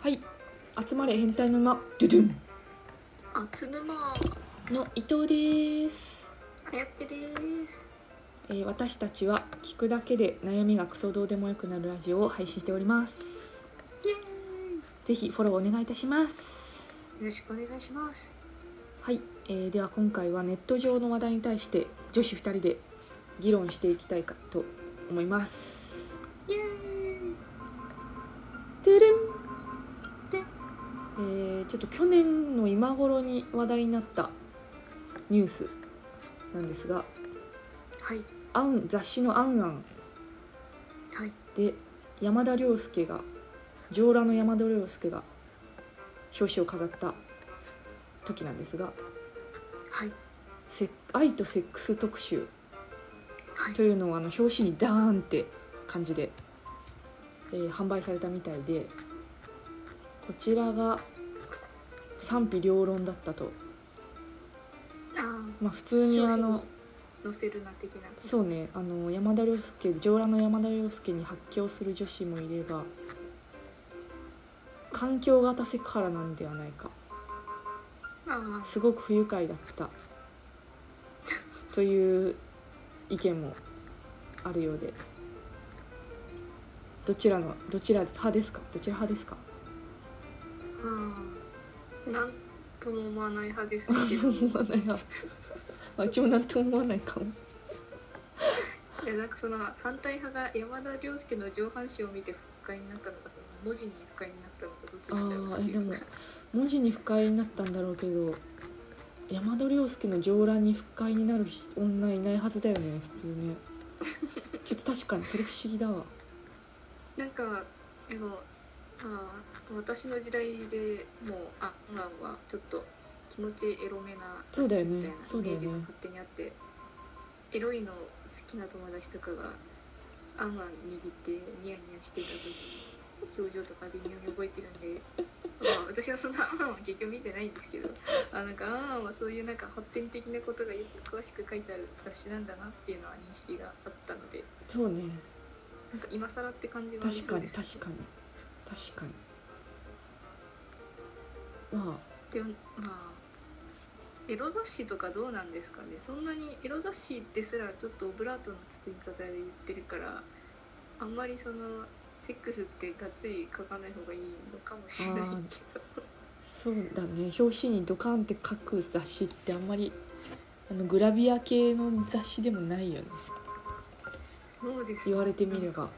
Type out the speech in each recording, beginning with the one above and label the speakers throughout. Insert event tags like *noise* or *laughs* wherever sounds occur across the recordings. Speaker 1: はい集まれ変態の馬ドゥドゥン
Speaker 2: あつぬま
Speaker 1: の伊藤です、
Speaker 2: はやっぺです
Speaker 1: えー私たちは聞くだけで悩みがクソどうでもよくなるラジオを配信しております
Speaker 2: イエーイ
Speaker 1: ぜひフォローお願いいたします
Speaker 2: よろしくお願いします
Speaker 1: はい、えーでは今回はネット上の話題に対して女子2人で議論していきたいかと思います
Speaker 2: イエーイ
Speaker 1: てれん
Speaker 2: てん
Speaker 1: えーちょっと去年の今頃に話題になったニュースなんですが
Speaker 2: はい
Speaker 1: アン雑誌の「アンアン
Speaker 2: はい
Speaker 1: で山田涼介が上裸の山田涼介が表紙を飾った時なんですが
Speaker 2: はい
Speaker 1: 「セッ愛とセックス特集
Speaker 2: は」い
Speaker 1: というのをあの表紙にダーンって感じで、えー販売されたみたいでこちらが賛否両論だったと
Speaker 2: あ
Speaker 1: まあ普
Speaker 2: 普
Speaker 1: 通にあの
Speaker 2: 載せるな的な
Speaker 1: そうねあの山田涼介上裸の山田涼介に発狂する女子もいれば環境型セクハラなんではないか
Speaker 2: あ
Speaker 1: すごく不愉快だったという意見もあるようでどちらのどちら派ですかどちら派ですか *laughs*
Speaker 2: ーうんなんとも思わない派ですけど
Speaker 1: *laughs* 思わない派まあうちもなんとも思わないかも
Speaker 2: いやなんかその反対派が山田涼介の上半身を見て不快になったのかその文字に不快になったのかどっちなんだろうな
Speaker 1: あ
Speaker 2: っ
Speaker 1: あ
Speaker 2: て
Speaker 1: え
Speaker 2: い
Speaker 1: で
Speaker 2: う
Speaker 1: も文字に不快になったんだろうけど山田涼介の上裸に不快になる女いないはずだよね普
Speaker 2: *laughs*
Speaker 1: 通ねちょっと確かにそれ不思議だわ
Speaker 2: なんかでもまあ私の時代でもうあ今はちょっと気持ちエロめな
Speaker 1: そうだよね
Speaker 2: みたいな
Speaker 1: そう
Speaker 2: イ
Speaker 1: だ
Speaker 2: メ
Speaker 1: よね
Speaker 2: ージが勝手にあって、エロいの好きな友達とかがあんあん握ってニヤニヤしてた時表情とか微妙に覚えてるんで。 *laughs* まあ、私はそんなあんあんは結局見てないんですけどあなんかあんあんはそういうなんか発展的なことがよく詳しく書いてある雑誌なんだなっていうのは認識があったので
Speaker 1: そうね
Speaker 2: なんか今更って感じはあり
Speaker 1: 確
Speaker 2: そ
Speaker 1: か
Speaker 2: う
Speaker 1: に
Speaker 2: です
Speaker 1: 確かに確かにまあ
Speaker 2: でもまあエロ雑誌とかどうなんですかねそんなにエロ雑誌ですらちょっとオブラートの包み方で言ってるからあんまりそのセックスってがっつり書かない方がいいのかもしれないけ
Speaker 1: あ
Speaker 2: ど
Speaker 1: そうだね表紙にドカンって書く雑誌ってあんまりあのグラビア系の雑誌でもないよね
Speaker 2: そうです
Speaker 1: 言われてみれば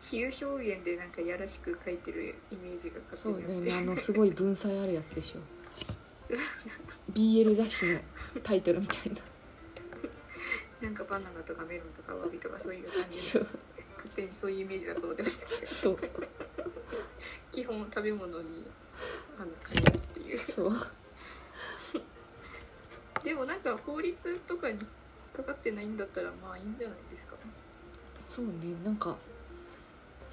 Speaker 2: 比喩表現でなんかやらしく書いてるイメージが
Speaker 1: そ
Speaker 2: 勝
Speaker 1: う
Speaker 2: 手
Speaker 1: だよ
Speaker 2: に
Speaker 1: ね
Speaker 2: あ
Speaker 1: あ
Speaker 2: って
Speaker 1: のすごい文才あるやつで *laughs* しょ BL 雑誌のタイトルみたいな
Speaker 2: なんかバナナとかメロンとかワビとかそういう感じ
Speaker 1: そ *laughs*
Speaker 2: で
Speaker 1: う
Speaker 2: 勝手にそういうイメージだと思ってましたけど
Speaker 1: そう
Speaker 2: 基本食べ物にあの書いてあるっていう。
Speaker 1: そう
Speaker 2: でもなんか法律とかに引っかかってないんだったらまあいいんじゃないですか
Speaker 1: そうねなんか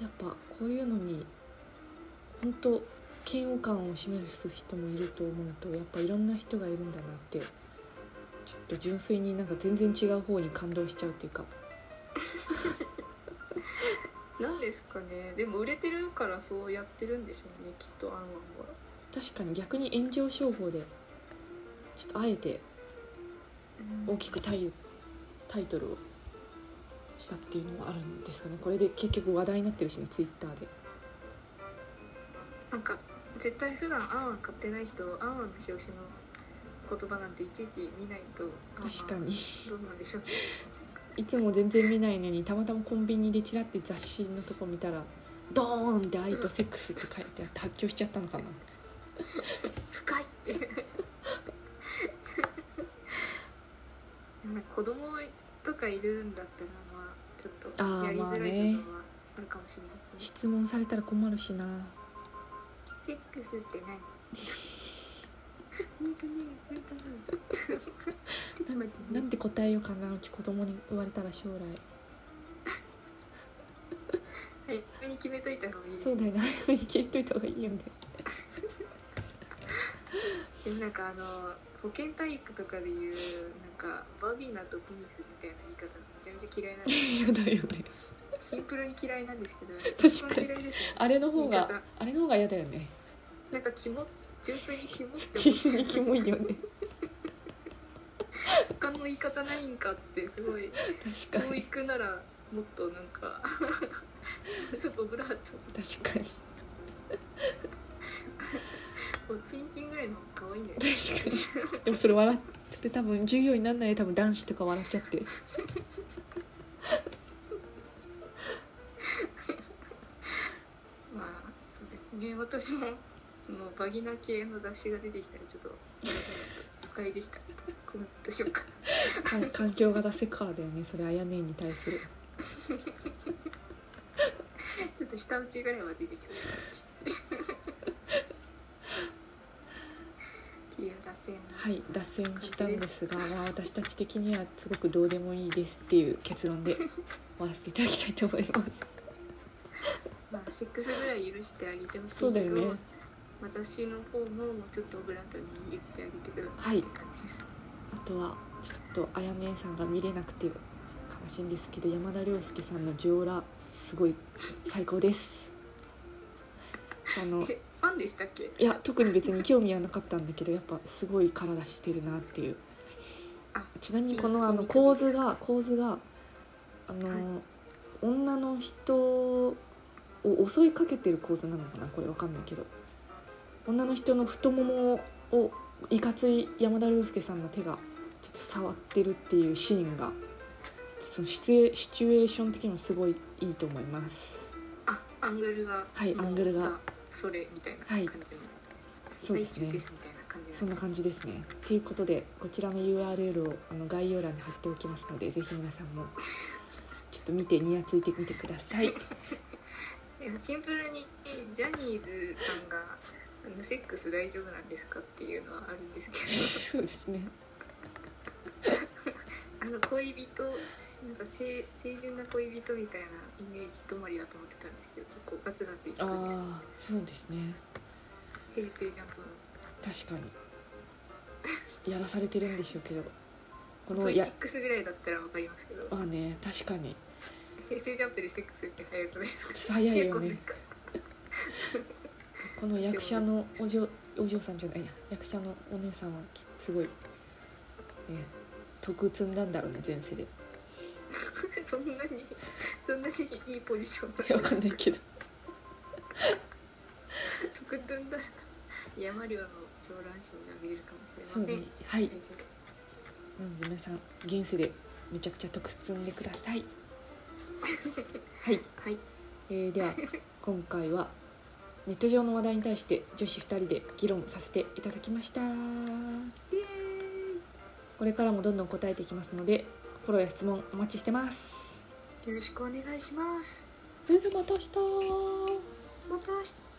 Speaker 1: やっぱこういうのに本当嫌悪感を示す人もいると思うとやっぱいろんな人がいるんだなってちょっと純粋になんか全然違う方に感動しちゃうっていうか
Speaker 2: なんですかねでも売れてるからそうやってるんでしょうねきっとアンアンは
Speaker 1: 確かに逆に炎上商法でちょっとあえて大きくタイタイトルをしたっていうのもあるんですかねこれで結局話題になってるしねツイッターで
Speaker 2: なんか絶対普段アンアン買ってない人アンアンの表紙の言葉なんていちいち見ないとあ
Speaker 1: 確か
Speaker 2: ま
Speaker 1: に
Speaker 2: あどうなんでしょうね
Speaker 1: いつも全然見ないのにたまたまコンビニでチラって雑誌のとこ見たらドーンって「愛とセックス」って書いてあって発狂しちゃったのかな
Speaker 2: 深いって *laughs* でもなんか子供とかいるんだったらまあちょっ
Speaker 1: あー
Speaker 2: とやりづらいとかはあるかもしれないですね
Speaker 1: 質問されたら困るしな
Speaker 2: セックスって何本当に本当にちょっと待って
Speaker 1: な
Speaker 2: ね
Speaker 1: んて答えようかなうち子供に言われたら将来
Speaker 2: *laughs* はい目に決めといた方がいいで
Speaker 1: そう
Speaker 2: す
Speaker 1: だ
Speaker 2: ね
Speaker 1: よね早めに聞いといた方がいいよね
Speaker 2: でもなんかあの保健体育とかでいう
Speaker 1: *laughs*
Speaker 2: なんかバビナとプニスみたいな言い方めちゃめちゃ嫌いなんで
Speaker 1: 嫌だよね
Speaker 2: すシンプルに嫌いなんですけど
Speaker 1: 確かに
Speaker 2: 一番嫌いですね
Speaker 1: あれの方が
Speaker 2: 言い方
Speaker 1: あれの方が嫌だよ *laughs* ね
Speaker 2: なんかキモ純粋にキモって思っちゃう
Speaker 1: 自信にキモいよ *laughs* ね
Speaker 2: 他の言い方ないんかってすごい
Speaker 1: 確か
Speaker 2: 教
Speaker 1: に
Speaker 2: 育ならもっとなんか *laughs* ちょっとオブラート
Speaker 1: 確かに
Speaker 2: おちんちんぐらいの方が可愛いんだよね
Speaker 1: 確かにでもそれ笑っそれ多分授業になんないで多分男子とか笑っちゃ *laughs* って
Speaker 2: まあそうですね私もそのバギナ系の雑誌が出てきたらちょっとちょっと不快でしたコメントしようか
Speaker 1: 環環境型セクハラだよねそれあやねんに対する
Speaker 2: ちょっと下打ちぐらいは出 *laughs* てきそうな感じっていう脱線
Speaker 1: はい脱線したんですが、まあ、私たち的にはすごくどうでもいいですっていう結論 *laughs* で終わらせていただきたいと思います
Speaker 2: まあセックスぐらい許してあげてほし
Speaker 1: そ
Speaker 2: い
Speaker 1: うん
Speaker 2: だ
Speaker 1: だ
Speaker 2: け
Speaker 1: よ
Speaker 2: ど
Speaker 1: ね
Speaker 2: 私の方ももうちょっとオブラートに言ってあげてくださ
Speaker 1: はいい
Speaker 2: って感じです、
Speaker 1: あとはちょっとあやねんさんが見れなくて悲しいんですけど山田涼介さんのジオラすごい最高 *laughs* ですあの
Speaker 2: えファンでしたっけ
Speaker 1: いや特に別に興味はなかったんだけどやっぱすごい体してるなっていう
Speaker 2: あ
Speaker 1: ちなみにこの
Speaker 2: いい
Speaker 1: あの
Speaker 2: 筋肉
Speaker 1: 構
Speaker 2: です
Speaker 1: 図が構図があの、
Speaker 2: はい
Speaker 1: 女の人を襲いかけてる構図なのかなこれわかんないけど女の人の太ももをいかつい山田涼介さんの手がちょっと触ってるっていうシーンがそのシチュエシチュエーション的にもすごいいいと思います。
Speaker 2: あアングルが
Speaker 1: はいアングルが
Speaker 2: それみたいな
Speaker 1: は
Speaker 2: 感
Speaker 1: い
Speaker 2: じの、
Speaker 1: そうですね
Speaker 2: 大中ですみたいな感じ
Speaker 1: そんな感じですね。ということでこちらの URL をあの概要欄に貼っておきますのでぜひ皆さんもちょっと見てニヤついてみてください。
Speaker 2: *laughs* いやシンプルにジャニーズさんがあの「セックス大丈夫なんですか?」っていうのはあるんですけ
Speaker 1: そうですね。
Speaker 2: どあの恋人なんか清清純な恋人みたいなイメージ止まりだと思ってたんですけど結構ガツガツいく
Speaker 1: あ
Speaker 2: んです
Speaker 1: あ、そうですね。
Speaker 2: 平成ジャンプの
Speaker 1: 確かに。やらされてるんでしょうけど。このや、
Speaker 2: V6 ぐらいだったらわかりますけど
Speaker 1: まあね、確かに。
Speaker 2: 平成ジャンプでセックスって流行るじゃないですか
Speaker 1: 早い
Speaker 2: 結
Speaker 1: よ
Speaker 2: 構な
Speaker 1: ね
Speaker 2: ん。か
Speaker 1: この役者のお嬢、お嬢さんじゃないや、役者のお姉さんはきすごい。ね、徳積んだんだろうね、前世で。
Speaker 2: *laughs* そんなにそんなにいいポジション
Speaker 1: わかんないけど。
Speaker 2: 即積んだら山漁の上卵子が見れるかもしれま
Speaker 1: そ
Speaker 2: せ、
Speaker 1: うんね、はい。
Speaker 2: 平成
Speaker 1: なので皆さん現世でめちゃくちゃ得積んでください。はい、
Speaker 2: *laughs* はい
Speaker 1: えー、で *laughs* は今回はネット上の話題に対して女子2人で議論させていただきました。
Speaker 2: イエ
Speaker 1: これからもどんどん答えていきますのでフォローや質問お待ちしてます。
Speaker 2: ーイよろしくお願いします
Speaker 1: それではまた明日。
Speaker 2: また明日